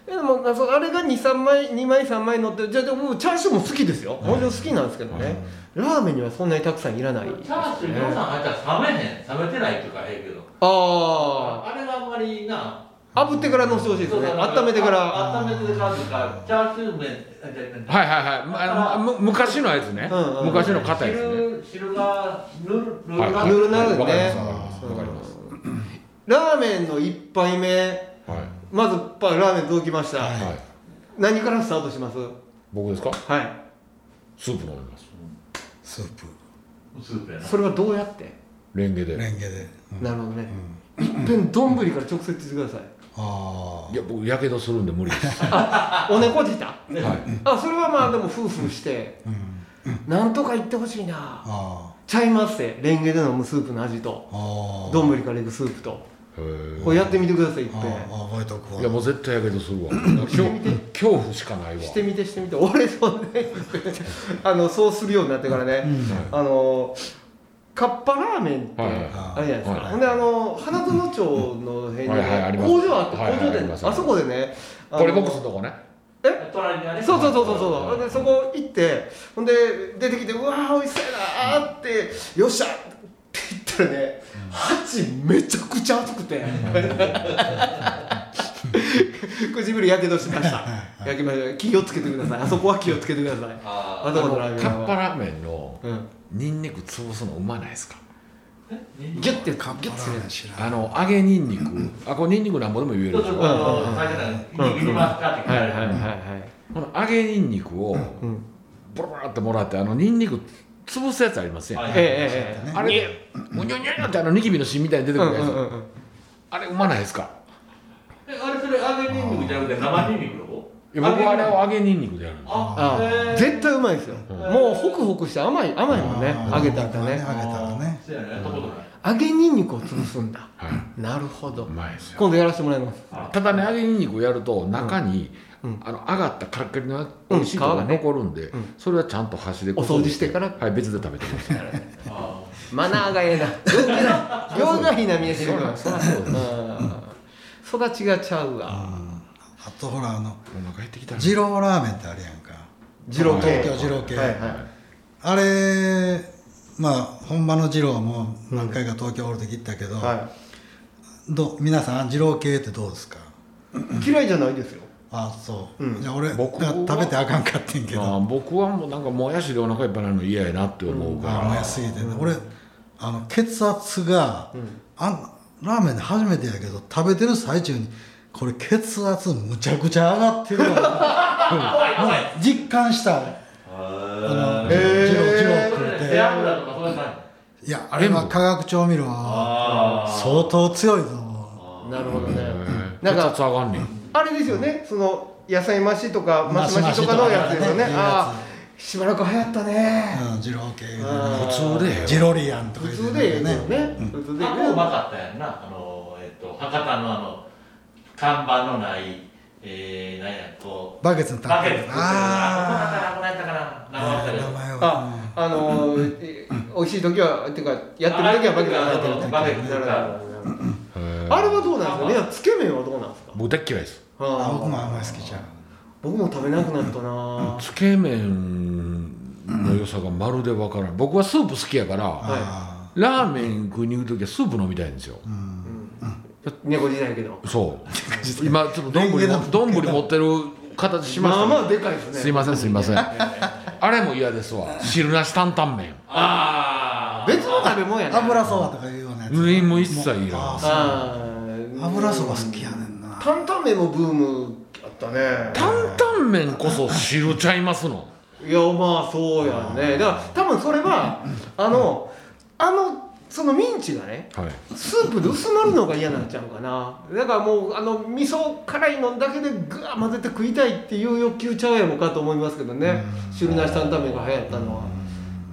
[SPEAKER 1] でもなそうあれが23枚2枚3枚乗ってるじゃあでももうチャーシューも好きですよもちろん好きなんですけどねラーメンにはそんなにたくさんいらない
[SPEAKER 4] チャーシュー量産入ったら冷めへん冷めてないっていうかええけど
[SPEAKER 1] あ
[SPEAKER 4] あれはあんまりな
[SPEAKER 1] あ炙ってから乗せてほしいですね温めてから
[SPEAKER 4] あ温めてからとかチャーシュー麺あじゃあ
[SPEAKER 3] はいはいはいまあのむ昔のやつね、
[SPEAKER 1] うんうん
[SPEAKER 3] 昔の硬いやつ
[SPEAKER 4] 汁
[SPEAKER 3] ね
[SPEAKER 4] 汁がぬるぬる
[SPEAKER 3] はい
[SPEAKER 4] が
[SPEAKER 1] ぬるなる
[SPEAKER 3] わかり
[SPEAKER 1] ね
[SPEAKER 3] ますわかります
[SPEAKER 1] うんラーメンの一杯目
[SPEAKER 3] はい、
[SPEAKER 1] まずパンラーメン届きました、
[SPEAKER 2] はい
[SPEAKER 3] はい、
[SPEAKER 1] 何からスタートします
[SPEAKER 3] 僕ですか
[SPEAKER 1] は
[SPEAKER 3] スープ飲みます
[SPEAKER 2] ースープ
[SPEAKER 4] スープや
[SPEAKER 1] い
[SPEAKER 4] な
[SPEAKER 1] それはどうやって、
[SPEAKER 3] レンゲで
[SPEAKER 2] レンゲでうん
[SPEAKER 1] なるほどね、いっぺん丼から直接言ってください
[SPEAKER 2] あ
[SPEAKER 3] いや僕やけどするんで無理です
[SPEAKER 1] おねこじた
[SPEAKER 3] はい
[SPEAKER 1] あそれはまあでも夫婦して、
[SPEAKER 2] あうん
[SPEAKER 1] なんとか言ってほしいな
[SPEAKER 2] あ
[SPEAKER 1] ちゃいますってレンゲで飲むスープの味と
[SPEAKER 2] ーあー
[SPEAKER 1] 丼からいくスープと
[SPEAKER 3] へー
[SPEAKER 1] これやってみてくださいいっ
[SPEAKER 2] あ
[SPEAKER 1] ぺ
[SPEAKER 2] ー覚えとくわ
[SPEAKER 3] いやもう絶対やけどするわ恐恐怖しかない
[SPEAKER 1] ん
[SPEAKER 3] わ
[SPEAKER 1] してみてしてみて俺そうねあのそうするようになってからね、あのカッパラーメンって、
[SPEAKER 3] はいはい
[SPEAKER 1] あれじゃないですか、
[SPEAKER 3] はい
[SPEAKER 1] ほんであの花園町の辺に、
[SPEAKER 3] はいはいあります
[SPEAKER 1] 工場あって工
[SPEAKER 3] はいはい
[SPEAKER 1] 場
[SPEAKER 3] あ
[SPEAKER 1] で、
[SPEAKER 3] ります
[SPEAKER 1] あそこでねあの
[SPEAKER 3] ポリボックスのとこね
[SPEAKER 4] 隣にあれ
[SPEAKER 1] そうそうそうそうそう、
[SPEAKER 3] はい
[SPEAKER 1] でそこ行ってほんで出てきてうわー美味しそうやなーってよっしゃって言ったらね鉢めちゃくちゃ熱くて唇やけどしましたやけました気をつけてくださいあそこは気をつけてください
[SPEAKER 4] あー
[SPEAKER 1] あそこのラーメン
[SPEAKER 3] カッパ
[SPEAKER 1] は
[SPEAKER 3] ラーメンの
[SPEAKER 1] うん
[SPEAKER 3] ニンニク潰すのうまないですか
[SPEAKER 1] ギュッてギュ
[SPEAKER 2] カッ
[SPEAKER 1] ッ
[SPEAKER 2] プ
[SPEAKER 1] て
[SPEAKER 2] ラ
[SPEAKER 1] する
[SPEAKER 2] ーメン知らん
[SPEAKER 3] あの揚げニンニクあこれニンニクなんぼでも言え
[SPEAKER 4] ちょ
[SPEAKER 3] る
[SPEAKER 4] っ
[SPEAKER 3] で
[SPEAKER 4] と
[SPEAKER 3] しょ
[SPEAKER 4] この最初から握りますかって聞かれる
[SPEAKER 1] はい
[SPEAKER 3] この揚げニンニクを
[SPEAKER 1] うん
[SPEAKER 3] ボロボロってもらってあのニンニク潰すやつありません
[SPEAKER 4] はい
[SPEAKER 1] えええええ
[SPEAKER 3] あれでむにょにょにょってあのニキビの芯みたいに出
[SPEAKER 1] え
[SPEAKER 3] て
[SPEAKER 1] う
[SPEAKER 3] く
[SPEAKER 1] ん
[SPEAKER 3] る
[SPEAKER 1] うん
[SPEAKER 3] や
[SPEAKER 1] う
[SPEAKER 3] つ
[SPEAKER 1] んうん
[SPEAKER 3] あれうまないですか
[SPEAKER 4] えあれそれ揚げニンニクじゃなくて生ニンニクの方
[SPEAKER 3] いや僕はあれを揚げニンニクでやるんです
[SPEAKER 1] あ
[SPEAKER 4] あ
[SPEAKER 1] あ
[SPEAKER 4] へー
[SPEAKER 1] 絶対うまいですよ
[SPEAKER 3] うん
[SPEAKER 1] もうホクホクして甘い甘いもんね
[SPEAKER 2] あー
[SPEAKER 1] 揚げたらね
[SPEAKER 2] 揚げたらね
[SPEAKER 4] そうやねやったことない
[SPEAKER 1] 揚げにんにくを潰すんだ
[SPEAKER 3] はい
[SPEAKER 1] なるほど
[SPEAKER 3] うまいですよ
[SPEAKER 1] 今度やらせてもらいます
[SPEAKER 3] ただね揚げにんにくをやると中に、
[SPEAKER 1] うん
[SPEAKER 3] あの上がったカラッカリの美味しいとこが
[SPEAKER 1] うん皮がね
[SPEAKER 3] 残るんで、
[SPEAKER 1] うん
[SPEAKER 3] それはちゃんと箸で
[SPEAKER 1] お掃除してから
[SPEAKER 3] はい別で食べてます
[SPEAKER 4] あ
[SPEAKER 1] マナーが ええな行儀な行がひな見えてるから
[SPEAKER 3] そうなんそう
[SPEAKER 1] うん育ちがちゃうわ
[SPEAKER 2] あーあとほらあの
[SPEAKER 3] お腹減ってきたな
[SPEAKER 2] 二郎ラーメンってあるやんか
[SPEAKER 1] 二郎系
[SPEAKER 2] 東京二郎系
[SPEAKER 1] はいは
[SPEAKER 2] あれまあ本場の二郎も何回か東京おる時行ったけど、
[SPEAKER 1] いは
[SPEAKER 2] どう皆さん二郎系ってどうですか
[SPEAKER 1] い嫌いじゃないですよ
[SPEAKER 2] あそう、
[SPEAKER 1] うん
[SPEAKER 2] じゃあ俺
[SPEAKER 3] 僕は
[SPEAKER 2] 食べてあかんかってんけど
[SPEAKER 3] ま
[SPEAKER 2] あ
[SPEAKER 3] あ、僕はもうなんかもやしでお腹いっぱいになるの嫌やなって思うから、
[SPEAKER 2] もやすぎてね、俺あの血圧が、あんラーメンで初めてやけど食べてる最中にこれ血圧むちゃくちゃ上がってる わうんもう実感したあのジロ
[SPEAKER 1] へー
[SPEAKER 2] ジロ
[SPEAKER 4] それ
[SPEAKER 2] 食う
[SPEAKER 4] で
[SPEAKER 2] て
[SPEAKER 4] 背脂とかそういう感
[SPEAKER 2] いやあれは化学調味料
[SPEAKER 4] あー
[SPEAKER 2] 相当強いぞ
[SPEAKER 1] なるほど
[SPEAKER 3] え
[SPEAKER 1] ね
[SPEAKER 3] ー
[SPEAKER 1] なんか
[SPEAKER 3] 血圧上がんねん
[SPEAKER 1] あれですよねその野菜増しとか増し増しとかのやつですよね
[SPEAKER 2] マシマシとかね
[SPEAKER 1] ああしばらく流行ったね
[SPEAKER 2] うん二郎系でね
[SPEAKER 1] あー
[SPEAKER 3] 普通でええわ
[SPEAKER 2] ジロリアンとか
[SPEAKER 1] 普
[SPEAKER 2] 言
[SPEAKER 1] 通
[SPEAKER 2] う
[SPEAKER 1] でえ
[SPEAKER 2] て
[SPEAKER 1] えけ
[SPEAKER 2] んだ
[SPEAKER 1] ど
[SPEAKER 2] よね
[SPEAKER 1] ね普通
[SPEAKER 4] じ
[SPEAKER 1] でえ
[SPEAKER 4] あ
[SPEAKER 1] え
[SPEAKER 4] もうまかったやんなあの、えっと、博多のあの看板のないえー、何やこう
[SPEAKER 2] バケツのタ
[SPEAKER 4] バ
[SPEAKER 2] ン
[SPEAKER 4] ケ
[SPEAKER 2] ク
[SPEAKER 4] ツ作ってるあ
[SPEAKER 2] あ
[SPEAKER 4] この方なくなったかな名前忘れた
[SPEAKER 2] ー
[SPEAKER 4] けど
[SPEAKER 2] 名前は
[SPEAKER 1] ああのーえ美味しい時はっていうかやってる時はバケツ
[SPEAKER 4] あ
[SPEAKER 1] に
[SPEAKER 4] バ
[SPEAKER 1] 入
[SPEAKER 4] ケ
[SPEAKER 1] って
[SPEAKER 4] ツだ
[SPEAKER 1] るな
[SPEAKER 4] か
[SPEAKER 1] る
[SPEAKER 4] ら
[SPEAKER 1] ほど
[SPEAKER 3] えー
[SPEAKER 1] あれはどうなんですかねつけ麺はどうなんですか
[SPEAKER 3] 僕大っ嫌いです
[SPEAKER 2] あ
[SPEAKER 1] あ
[SPEAKER 2] 僕もあ
[SPEAKER 1] あ
[SPEAKER 2] んまり好きちゃう
[SPEAKER 1] 僕も食べなくなったな
[SPEAKER 3] つけ麺の良さがまるでわからない僕はスープ好きやから、
[SPEAKER 2] あ
[SPEAKER 3] ラーメン食いに行く時はスープ飲みたいんですよ、
[SPEAKER 1] 猫時代やけど
[SPEAKER 3] そう今ちょっと丼
[SPEAKER 2] レンゲの
[SPEAKER 3] も丼持ってる形しました
[SPEAKER 1] まあ
[SPEAKER 3] ね、
[SPEAKER 1] まあでかいですね
[SPEAKER 3] すいませんすいませんあれも嫌ですわ汁なし担々麺
[SPEAKER 4] あー
[SPEAKER 1] 別の食べ物やね
[SPEAKER 2] ー油そばとかいうようなやつ
[SPEAKER 3] うんもう一切いらん
[SPEAKER 2] あーそう
[SPEAKER 1] あー
[SPEAKER 2] 油そば好きやねんな
[SPEAKER 1] 担々麺もブームあったね
[SPEAKER 3] 担々麺こそ汁ちゃいますの
[SPEAKER 1] いやまあそうやねだから多分それはあのあのそのミンチがね
[SPEAKER 3] はい
[SPEAKER 1] スープで薄まるのが嫌になっちゃうかなだからもうあの味噌辛いのだけでぐわー混ぜて食いたいっていう欲求ちゃうやろかと思いますけどね汁なし担々麺が流行ったのは、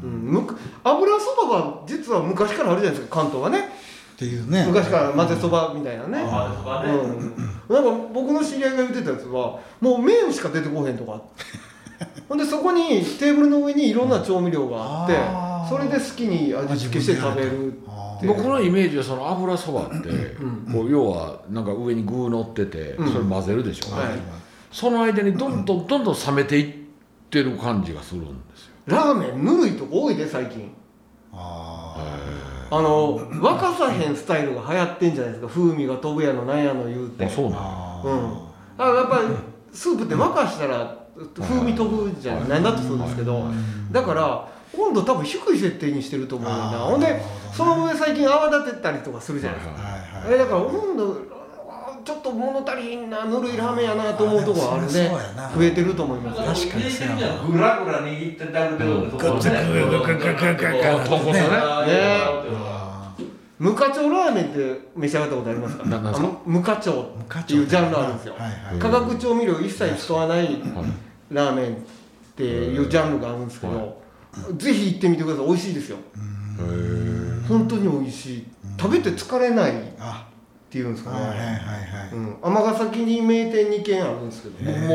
[SPEAKER 1] うん、むく油そばは実は昔からあるじゃないですか関東はね
[SPEAKER 2] っていうね
[SPEAKER 1] 昔から混ぜそばみたいなね、
[SPEAKER 4] まあそこはね
[SPEAKER 1] うん、なんか僕の知り合いが言ってたやつはもう麺しか出てこへんと かほんでそこにテーブルの上にいろんな調味料があって
[SPEAKER 2] あー
[SPEAKER 1] それで好きに味付けして食べる
[SPEAKER 2] あ
[SPEAKER 1] って
[SPEAKER 3] 僕のイメージはその油そばって、こう要はなんか上に具乗ってて
[SPEAKER 1] ん
[SPEAKER 3] それ混ぜるでしょ、
[SPEAKER 1] はい
[SPEAKER 3] その間にどんどんどんどん冷めていってる感じがするんですよ
[SPEAKER 1] ラーメンぬるいとこ多いで最近
[SPEAKER 2] あ
[SPEAKER 1] あの沸かさへんスタイルが流行ってんじゃないですか風味が飛ぶやのなんやの言うて
[SPEAKER 3] あそうなん
[SPEAKER 2] あ
[SPEAKER 1] うんあやっぱりスープって沸かしたら風味飛ぶじゃない、なんだってそうですけど、だから温度多分低い設定にしてると思うよな
[SPEAKER 2] あー
[SPEAKER 1] ほんで、
[SPEAKER 2] なるほどね
[SPEAKER 1] その上最近泡立てたりとかするじゃないですか、
[SPEAKER 2] ーはいはい
[SPEAKER 1] えだから温度あーちょっと物足りひんなぬるいラーメンやなと思うとこはある
[SPEAKER 2] あーで
[SPEAKER 1] ね
[SPEAKER 2] もそれそうやな
[SPEAKER 1] 増えてると思います
[SPEAKER 2] 確かにそうやわ
[SPEAKER 4] グラグラ握ってたけど
[SPEAKER 2] グッてグッグッグッグッグッ
[SPEAKER 3] 豚骨ね
[SPEAKER 2] あー
[SPEAKER 1] 無課長ラーメンって召し上がったことありますか
[SPEAKER 3] ななんですか
[SPEAKER 1] あの無課長っていうジャンルあるんですよ、
[SPEAKER 2] はいはい
[SPEAKER 1] 化学調味料一切使わないラーメンっていうジャンルがあるんですけど、
[SPEAKER 3] は
[SPEAKER 1] ぜひ行ってみてください美味しいですよ
[SPEAKER 3] へ
[SPEAKER 1] 本当に美味しい食べて疲れないっ
[SPEAKER 2] あ
[SPEAKER 1] ていうんですか
[SPEAKER 2] はいはい
[SPEAKER 1] ね
[SPEAKER 2] はい
[SPEAKER 1] うん尼崎に名店2軒あるんですけど
[SPEAKER 3] え
[SPEAKER 1] ね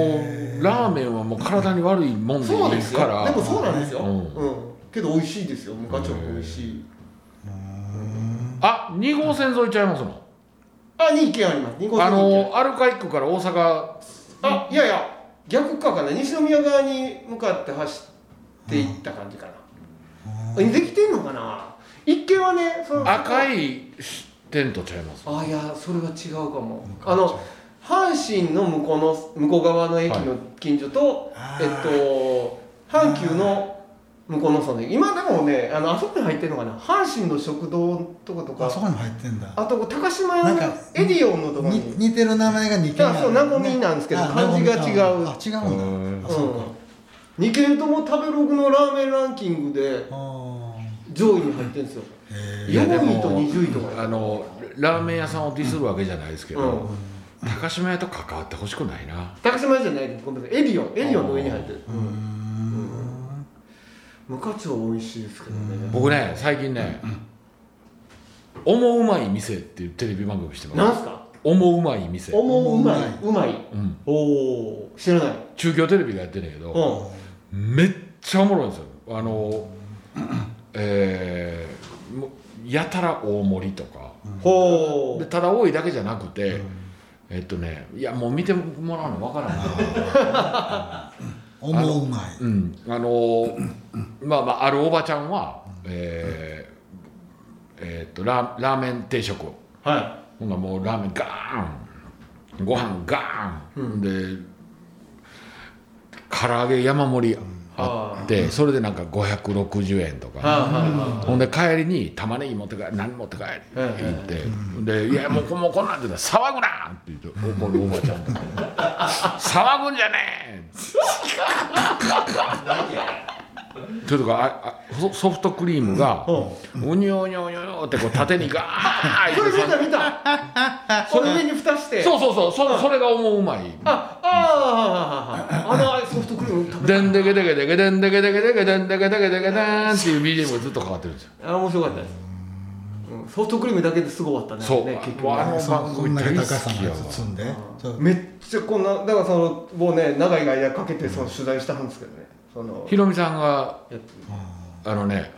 [SPEAKER 3] もうラーメンはもう体に悪いもんでいい
[SPEAKER 1] そうですよ
[SPEAKER 3] か
[SPEAKER 1] で
[SPEAKER 3] ら
[SPEAKER 1] もそうなんですよ、
[SPEAKER 3] う
[SPEAKER 1] うんんけど美味しいですよ無課長も美味しい
[SPEAKER 3] あ二2号線沿いちゃいますの
[SPEAKER 1] あ2軒あります2個
[SPEAKER 3] あ
[SPEAKER 1] 線に行っ
[SPEAKER 3] のアルカイックから大阪
[SPEAKER 1] てあいやいや逆かかな西宮側に向かって走っていった感じかな、えできてんのかな一軒はねその
[SPEAKER 3] 赤いテントちゃいます
[SPEAKER 1] あいやそれは違うかもあの阪神の向こうの向こう側の駅の近所と、
[SPEAKER 2] はい
[SPEAKER 1] えっと阪急の向こうのその今でもねあのあそこに入ってるのかな阪神の食堂のとこと
[SPEAKER 2] あそ
[SPEAKER 1] か
[SPEAKER 2] こにも入ってんだ
[SPEAKER 1] あと高島屋の
[SPEAKER 2] なんか
[SPEAKER 1] エディオンのとこ
[SPEAKER 2] に
[SPEAKER 1] に
[SPEAKER 2] 似てる名前が2軒ある
[SPEAKER 1] いやそうナゴミなんですけど漢字が違う
[SPEAKER 2] あ違うんだあそうか
[SPEAKER 1] うん、2軒とも食べログのラーメンランキングで
[SPEAKER 2] あ
[SPEAKER 1] 上位に入ってるんですよ
[SPEAKER 2] ーへ
[SPEAKER 3] いやでも
[SPEAKER 1] 4位と20位とか
[SPEAKER 3] あのラーメン屋さんをディスるわけじゃないですけど、
[SPEAKER 1] うん
[SPEAKER 3] 高島屋と関わってほしくないな
[SPEAKER 1] 高島屋じゃないですごめんなさいエディオンエディオンの上に入ってる、うん
[SPEAKER 2] ーうーん
[SPEAKER 1] 無課長美味しいですけどね
[SPEAKER 3] 僕ね最近ね「思うまい店」っていうテレビ番組して
[SPEAKER 1] な
[SPEAKER 3] ま
[SPEAKER 1] ん
[SPEAKER 3] す
[SPEAKER 1] すか
[SPEAKER 3] 思うまい店、
[SPEAKER 1] 思ううまい
[SPEAKER 2] 思
[SPEAKER 1] うまい
[SPEAKER 3] うん、
[SPEAKER 1] おお知らない
[SPEAKER 3] 中京テレビがやってんだけ
[SPEAKER 1] う
[SPEAKER 3] ど、
[SPEAKER 1] ん
[SPEAKER 3] めっちゃおもろいんですよあのえーもうやたら大盛りとか
[SPEAKER 1] ほ
[SPEAKER 3] で
[SPEAKER 1] う
[SPEAKER 3] ただ多いだけじゃなくて、えっとねいやもう見てもらうのわからない
[SPEAKER 2] 思うまい
[SPEAKER 3] うん、あのーまあまああるおばちゃんは、えーえーっとラーラーメン定食
[SPEAKER 1] は
[SPEAKER 3] ほんならもうラーメンガーンご飯ガーン、で唐揚げ山盛りあ
[SPEAKER 1] あ
[SPEAKER 3] ってそれでなんか560円と
[SPEAKER 1] は
[SPEAKER 3] か
[SPEAKER 1] あは
[SPEAKER 3] ほんで帰りに玉ねぎ持って帰り何持って帰りって
[SPEAKER 1] うん
[SPEAKER 3] 言って「でいやもうこもうこんなんで騒ぐな!」って言って怒るおばちゃんと「騒ぐんじゃねえ!」というかああソソフトクリームがうにょうにょうにょうにょってこう縦にガー
[SPEAKER 1] あ
[SPEAKER 3] ッ
[SPEAKER 1] それ
[SPEAKER 3] て
[SPEAKER 1] 見た見たそれ上に蓋して
[SPEAKER 3] そうそうそうそそれが思ううまい
[SPEAKER 1] あああああのソフトクリーム食べ
[SPEAKER 3] でんでけでけでけでんでけでけでけでんでけでけでけでーんっていう BGM がずっとかかってるんですよ。
[SPEAKER 1] あ面白かったです、うん、ソフトクリームだけですぐ終わったね
[SPEAKER 3] そう
[SPEAKER 1] ね結局
[SPEAKER 3] わあの
[SPEAKER 2] そのこんだけ高さのや
[SPEAKER 3] 大好きやわ
[SPEAKER 2] つ積んでそう
[SPEAKER 1] めっちゃこんなだからそのもうね長い間かけてその取材したんですけどねその
[SPEAKER 3] ひろみさんが
[SPEAKER 1] やっ
[SPEAKER 3] あのね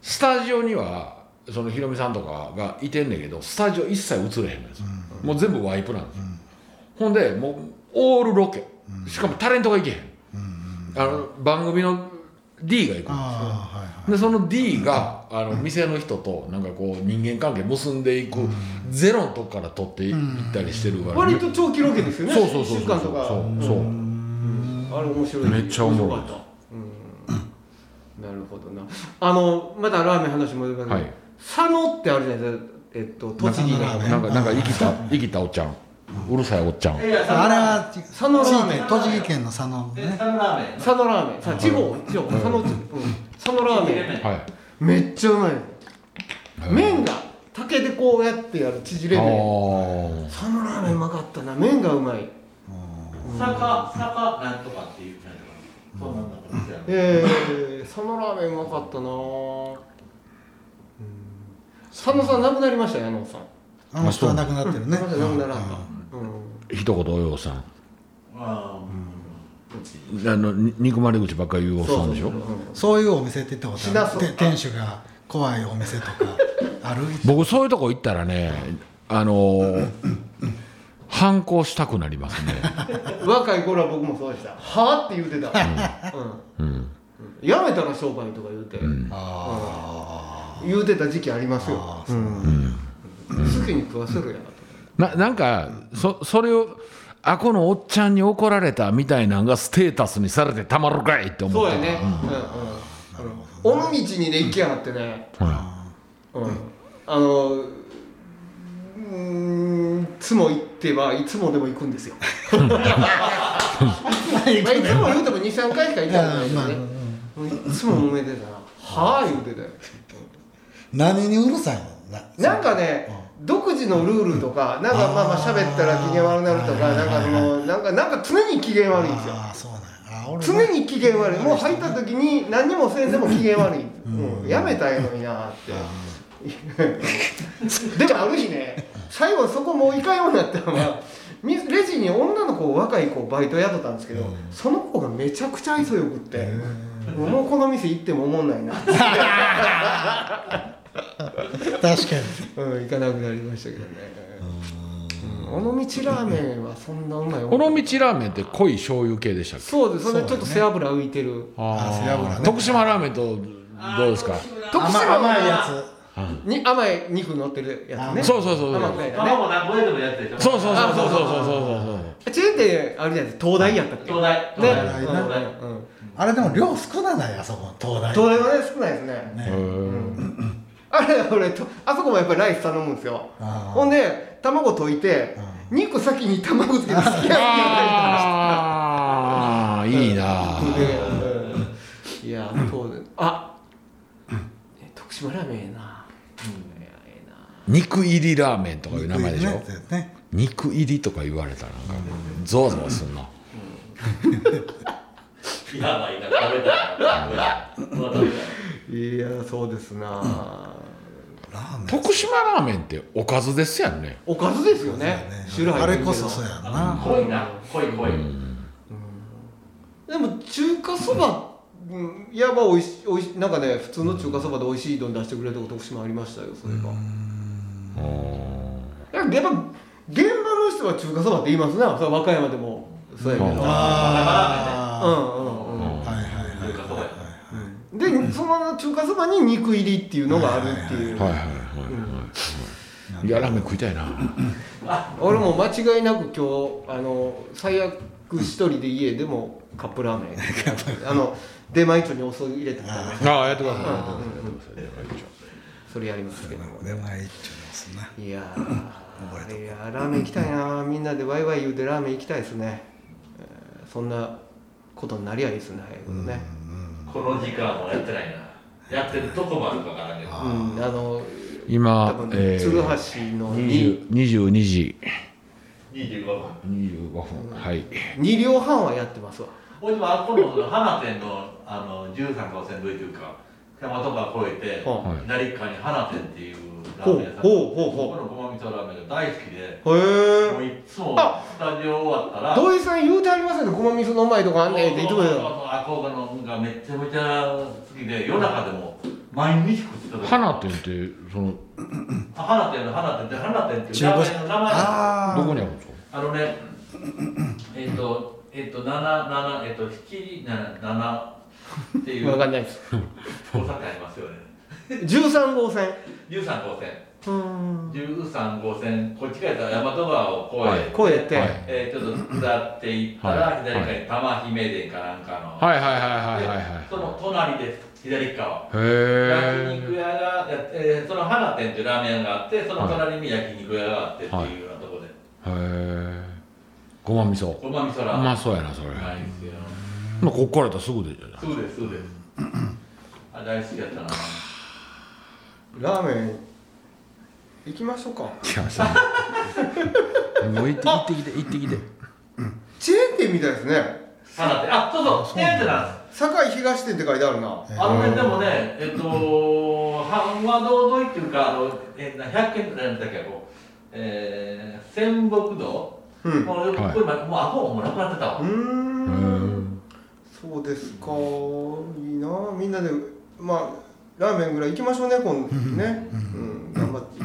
[SPEAKER 3] スタジオにはそのひろみさんとかがいてんねんけどスタジオ一切映れへんのですよ、もう全部ワイプなんですよ、ほんでもうオールロケしかもタレントが行けへん、あの番組の D が行くんですよ
[SPEAKER 2] ああはいはい
[SPEAKER 3] でその D があの店の人となんかこう人間関係結んでいくゼロのとこから取っていったりしてるから、
[SPEAKER 1] 割と長期ロケですよね
[SPEAKER 3] そうそうそう
[SPEAKER 1] 一週
[SPEAKER 3] そうそ
[SPEAKER 1] 間
[SPEAKER 3] う
[SPEAKER 1] とか
[SPEAKER 3] そう
[SPEAKER 1] あれ面白い
[SPEAKER 3] めっちゃおもろい
[SPEAKER 1] 面白かったうんなるほどなあのまたラーメン話戻りますけど、
[SPEAKER 3] はい
[SPEAKER 1] 佐野ってあるじゃないですかえっと栃木
[SPEAKER 2] 中野ラーメ
[SPEAKER 1] の
[SPEAKER 2] ン
[SPEAKER 3] なんかなんか生きた生きたおっちゃんうるさいおっちゃん
[SPEAKER 4] いや佐
[SPEAKER 2] あ
[SPEAKER 4] 野
[SPEAKER 2] れ
[SPEAKER 4] ラ
[SPEAKER 2] は
[SPEAKER 1] 佐野ラーメン
[SPEAKER 2] 地域栃木県の佐野
[SPEAKER 4] ーメンえ
[SPEAKER 2] ね
[SPEAKER 4] 佐野ラーメン
[SPEAKER 1] 佐野ラーメンさ地方地方佐野,、うん、佐野ラーメン
[SPEAKER 3] はい
[SPEAKER 1] めっちゃうまい麺が竹でこうやってやる縮れ麺
[SPEAKER 3] あ
[SPEAKER 1] 佐野ラーメンうまかったな麺がうまい
[SPEAKER 4] 坂坂なんとかっていうなんとかそうなんだからみたいな
[SPEAKER 1] えー、佐野ラーメンうまかったなうん佐野さん亡くなりましたねあのおっさん
[SPEAKER 2] あの人は亡くなってるね
[SPEAKER 1] うん亡くならんか
[SPEAKER 3] あ一言おようさん
[SPEAKER 4] あー
[SPEAKER 3] あのに憎まれ口ばっかり言うおっさんでしょ
[SPEAKER 1] そうそうそう
[SPEAKER 2] そういうお店って言ったことあ
[SPEAKER 1] しなそ
[SPEAKER 2] る
[SPEAKER 1] う
[SPEAKER 2] て店主が怖いお 店とかある
[SPEAKER 3] 僕そういうとこ行ったらねあのー反抗したくなりますね
[SPEAKER 1] 若い頃は僕もそうでした「はあ?」って言うてた、うんうんやめたら商売とか言うて、
[SPEAKER 2] あ
[SPEAKER 1] 言うてた時期ありますよ、うん好きに食わせるやなと、
[SPEAKER 3] ななんかそそれをあこのおっちゃんに怒られたみたいなんがステータスにされてたまるかいって思
[SPEAKER 1] そ
[SPEAKER 3] っ
[SPEAKER 1] う
[SPEAKER 3] て
[SPEAKER 1] やね、うんうん尾道にね行きやがってね、うん、あのうーんいつも行ってはいつもでも行くんですよまあいつも言うても23回しか行かないんだけどね、いつも揉めてたな「はあ?」言うてたよ
[SPEAKER 2] 何にうるさいのな
[SPEAKER 1] なんかね、独自のルールとか、なんかまあまあ喋ったら機嫌悪くなるとか、
[SPEAKER 2] あー
[SPEAKER 1] なんかその、なんか、なんか常に機嫌悪いんですよ。
[SPEAKER 2] ああそうなんやあ俺も
[SPEAKER 1] 常に機嫌悪い、もう入った時に、何にもせんでも機嫌悪い、うん、やめたらええのにな って。でもある日ね、最後そこもういかんようになったのが、みレジに女の子、若い子、バイト雇ったんですけど、その子がめちゃくちゃ愛想よくって、もうこの店行っても思んないなって。
[SPEAKER 2] 確かに
[SPEAKER 1] うん、行かなくなりましたけどね。うん、尾道ラーメンはそんなうまい。
[SPEAKER 3] 尾道ラーメンって濃い醤油系でしたっけ
[SPEAKER 1] そうです。それでちょっと背脂浮いてる。
[SPEAKER 2] あー背脂ね
[SPEAKER 3] 徳島ラーメンとどうですか
[SPEAKER 1] 徳島は
[SPEAKER 2] 甘甘いやつ
[SPEAKER 1] に甘い肉乗ってるやつね。
[SPEAKER 3] そうそうそうそう
[SPEAKER 1] 甘くないやつね。
[SPEAKER 4] 卵何ぼでもやってる
[SPEAKER 3] そうそうそうそう
[SPEAKER 1] あ
[SPEAKER 3] そうそう
[SPEAKER 1] チェーン店あるじゃないですか。東大やったっけ。
[SPEAKER 4] 東大
[SPEAKER 1] ね
[SPEAKER 4] 東大
[SPEAKER 1] うん
[SPEAKER 4] 東大
[SPEAKER 1] うんうん
[SPEAKER 2] あれでも量少なないあそこ東大
[SPEAKER 1] 東大はね少ないですね。
[SPEAKER 3] そうそう
[SPEAKER 2] ね
[SPEAKER 3] へー
[SPEAKER 1] あれ俺とあそこもやっぱりライス頼むんですよ。
[SPEAKER 2] あー
[SPEAKER 1] ほんで卵溶いて肉先に卵つけてすき焼き
[SPEAKER 3] ああいいな
[SPEAKER 1] でうんいや東大あえ徳島ラーメンええな。いやええな。
[SPEAKER 3] 肉入りラーメンとかいう名前でし
[SPEAKER 2] ね
[SPEAKER 3] ょ
[SPEAKER 2] ね
[SPEAKER 3] 肉入りとか言われたらなんかゾワゾワすんな
[SPEAKER 4] やばいな食べたいまた食べたい
[SPEAKER 1] いやそうですな、
[SPEAKER 2] ラーメン
[SPEAKER 3] 徳島ラーメンっておかずですやんね
[SPEAKER 1] おかずですよね
[SPEAKER 2] そう
[SPEAKER 1] 白い
[SPEAKER 2] やねあれこそそうやんな
[SPEAKER 4] 濃いな濃い濃い
[SPEAKER 1] でも中華そば、うん、いやまあおいしおいしなんかね普通の中華そばで美味しい丼出してくれるとこ徳島ありましたよそれがやっぱやっぱ現場の人は中華そばって言いますなそれは和歌山でもそうやけどうんうん
[SPEAKER 2] あ
[SPEAKER 1] うん
[SPEAKER 2] あはいはいはい
[SPEAKER 4] というかそうや
[SPEAKER 1] でその中華そばに肉入りっていうのがあるっていう、
[SPEAKER 3] はいはいはい
[SPEAKER 1] うん
[SPEAKER 3] いやラーメン食いたいな
[SPEAKER 1] 俺も間違いなく今日あの最悪一人で家でもカップラーメ ンあの出前帳にお酢入れてたんで
[SPEAKER 3] ああやってください
[SPEAKER 1] うん
[SPEAKER 3] やってくださいやってください
[SPEAKER 1] それやりますけども
[SPEAKER 2] 出前一丁ですね
[SPEAKER 1] いやーいやーラーメン行きたいなみんなでワイワイ言うてラーメン行きたいですね、えーそんなことになりゃいいですね早いことね
[SPEAKER 4] この時間はやってないなやってるとこもあるかわからんけど
[SPEAKER 1] うんあの多
[SPEAKER 3] 今
[SPEAKER 1] 分、
[SPEAKER 3] え
[SPEAKER 1] 鶴橋
[SPEAKER 3] ー、
[SPEAKER 1] の2
[SPEAKER 3] 20 22時
[SPEAKER 4] 25分
[SPEAKER 3] 25分はい
[SPEAKER 1] 二両半はやってますわ
[SPEAKER 4] ほいでもあっこのその花店のあの13号線沿いというか大和川越えて
[SPEAKER 1] は
[SPEAKER 3] はい
[SPEAKER 4] 左側に花店っていうラ
[SPEAKER 1] ほ
[SPEAKER 4] ー
[SPEAKER 1] う
[SPEAKER 4] メン屋さん
[SPEAKER 1] ほ
[SPEAKER 4] こ
[SPEAKER 1] うほ
[SPEAKER 4] こ
[SPEAKER 1] うほ
[SPEAKER 4] のごま味噌ラーメンが大好きで
[SPEAKER 1] うへ
[SPEAKER 4] もう
[SPEAKER 1] え
[SPEAKER 4] いっつも
[SPEAKER 1] あ
[SPEAKER 4] スタジオ終わったら
[SPEAKER 1] 土井さん言うてありますけどごま味噌のうまいとこあんねんって言ってくれたの
[SPEAKER 4] あこがのがめちゃめちゃ好きで夜中でも毎日食ってたから
[SPEAKER 3] 花店ってその
[SPEAKER 4] あ花店の花店って花店っていうラーメンの名前なんで
[SPEAKER 2] ああ
[SPEAKER 3] どこにあるんですか
[SPEAKER 4] すあのねえっ、とえっ、と七七えっ、と七七七っていう
[SPEAKER 1] 分
[SPEAKER 4] 大
[SPEAKER 1] かんないです
[SPEAKER 4] 阪ありますよね
[SPEAKER 1] 13号線
[SPEAKER 4] 13号線
[SPEAKER 1] うん
[SPEAKER 4] 13号線こっちからやったら大和川を越え、
[SPEAKER 1] 超えて、
[SPEAKER 3] はい
[SPEAKER 4] えーちょっと下っていった
[SPEAKER 3] は
[SPEAKER 4] ら
[SPEAKER 3] い
[SPEAKER 4] 左側に玉姫殿かなんかの、
[SPEAKER 3] はいはいはいはいはい
[SPEAKER 4] でその隣です左側
[SPEAKER 3] はい
[SPEAKER 4] 焼
[SPEAKER 3] へ
[SPEAKER 4] 肉屋が、えーその花店っていうラーメン屋があってその隣に焼肉屋があってっていうようなところで、
[SPEAKER 3] えへえごま味噌
[SPEAKER 4] ごま味噌
[SPEAKER 3] う
[SPEAKER 4] ラーメン
[SPEAKER 3] まそうやなそれ、
[SPEAKER 4] ないんですよ
[SPEAKER 3] まあこっからやったらすぐでじゃない
[SPEAKER 4] そうですそうですあ大好きやったな
[SPEAKER 1] ラーメン行きましょうか
[SPEAKER 3] いやさもう行って行ってきて行ってきて
[SPEAKER 1] チェーン店みたいですね
[SPEAKER 4] 花店あそうそうチェーン店なんです
[SPEAKER 1] 堺東店って書いてあるな
[SPEAKER 4] あのね、でもね、えっと、 半和堂沿いっていうか、あの、え、な、百円なんだっけ、こう。えー、仙北道。
[SPEAKER 1] うんう
[SPEAKER 4] もう、
[SPEAKER 3] はい
[SPEAKER 4] これ、もう、あ、もう、もうなくなってたわ。
[SPEAKER 1] ー
[SPEAKER 3] うんん
[SPEAKER 1] そうですかいいなみんなでまあラーメンぐらい行きましょうね今度ねうん頑張って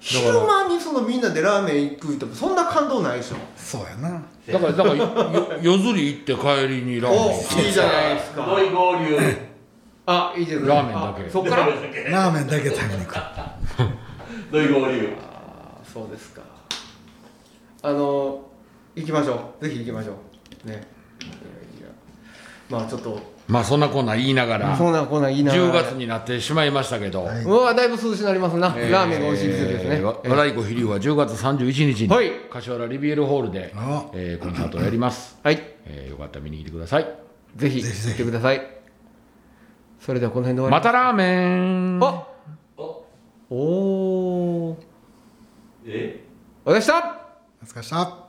[SPEAKER 1] 昼間にそのみんなでラーメン行くってそんな感動ないでしょ
[SPEAKER 2] そうやな
[SPEAKER 3] だからだからよ夜釣り行って帰りにラーメン
[SPEAKER 1] おいいじゃないですか
[SPEAKER 4] 土井合流。
[SPEAKER 1] あいいですね
[SPEAKER 3] ラーメンだけ
[SPEAKER 1] あそっから
[SPEAKER 2] ラーメンだけ食べに行く
[SPEAKER 4] 土井合流。
[SPEAKER 1] あーそうですかあの行きましょうぜひ行きましょうねいやいやまあちょっと
[SPEAKER 3] まあそんなこんな言いながら
[SPEAKER 1] そんなこんなん言いなが
[SPEAKER 3] 10
[SPEAKER 1] ら
[SPEAKER 3] 月になってしまいましたけど、
[SPEAKER 2] はいう
[SPEAKER 1] わだいぶ涼しくなりますな、
[SPEAKER 3] えー
[SPEAKER 1] ラーメンが美味しい季節ですね、
[SPEAKER 3] えーわ
[SPEAKER 1] え
[SPEAKER 3] 和太鼓飛龍は10月31日に、
[SPEAKER 1] はい
[SPEAKER 3] 柏原リビエルホールで
[SPEAKER 2] あ、
[SPEAKER 3] えーコンサートをやります、
[SPEAKER 1] はい
[SPEAKER 3] えーよかったら見に来てください
[SPEAKER 1] ぜひ
[SPEAKER 2] ぜひぜ
[SPEAKER 1] 来
[SPEAKER 2] ひ
[SPEAKER 1] てくださいそれではこの辺で終わ
[SPEAKER 3] ま
[SPEAKER 1] り
[SPEAKER 3] たラーメン
[SPEAKER 1] あ
[SPEAKER 4] お、
[SPEAKER 1] おお
[SPEAKER 4] え。
[SPEAKER 1] お疲れ様でした
[SPEAKER 2] お疲れ様でした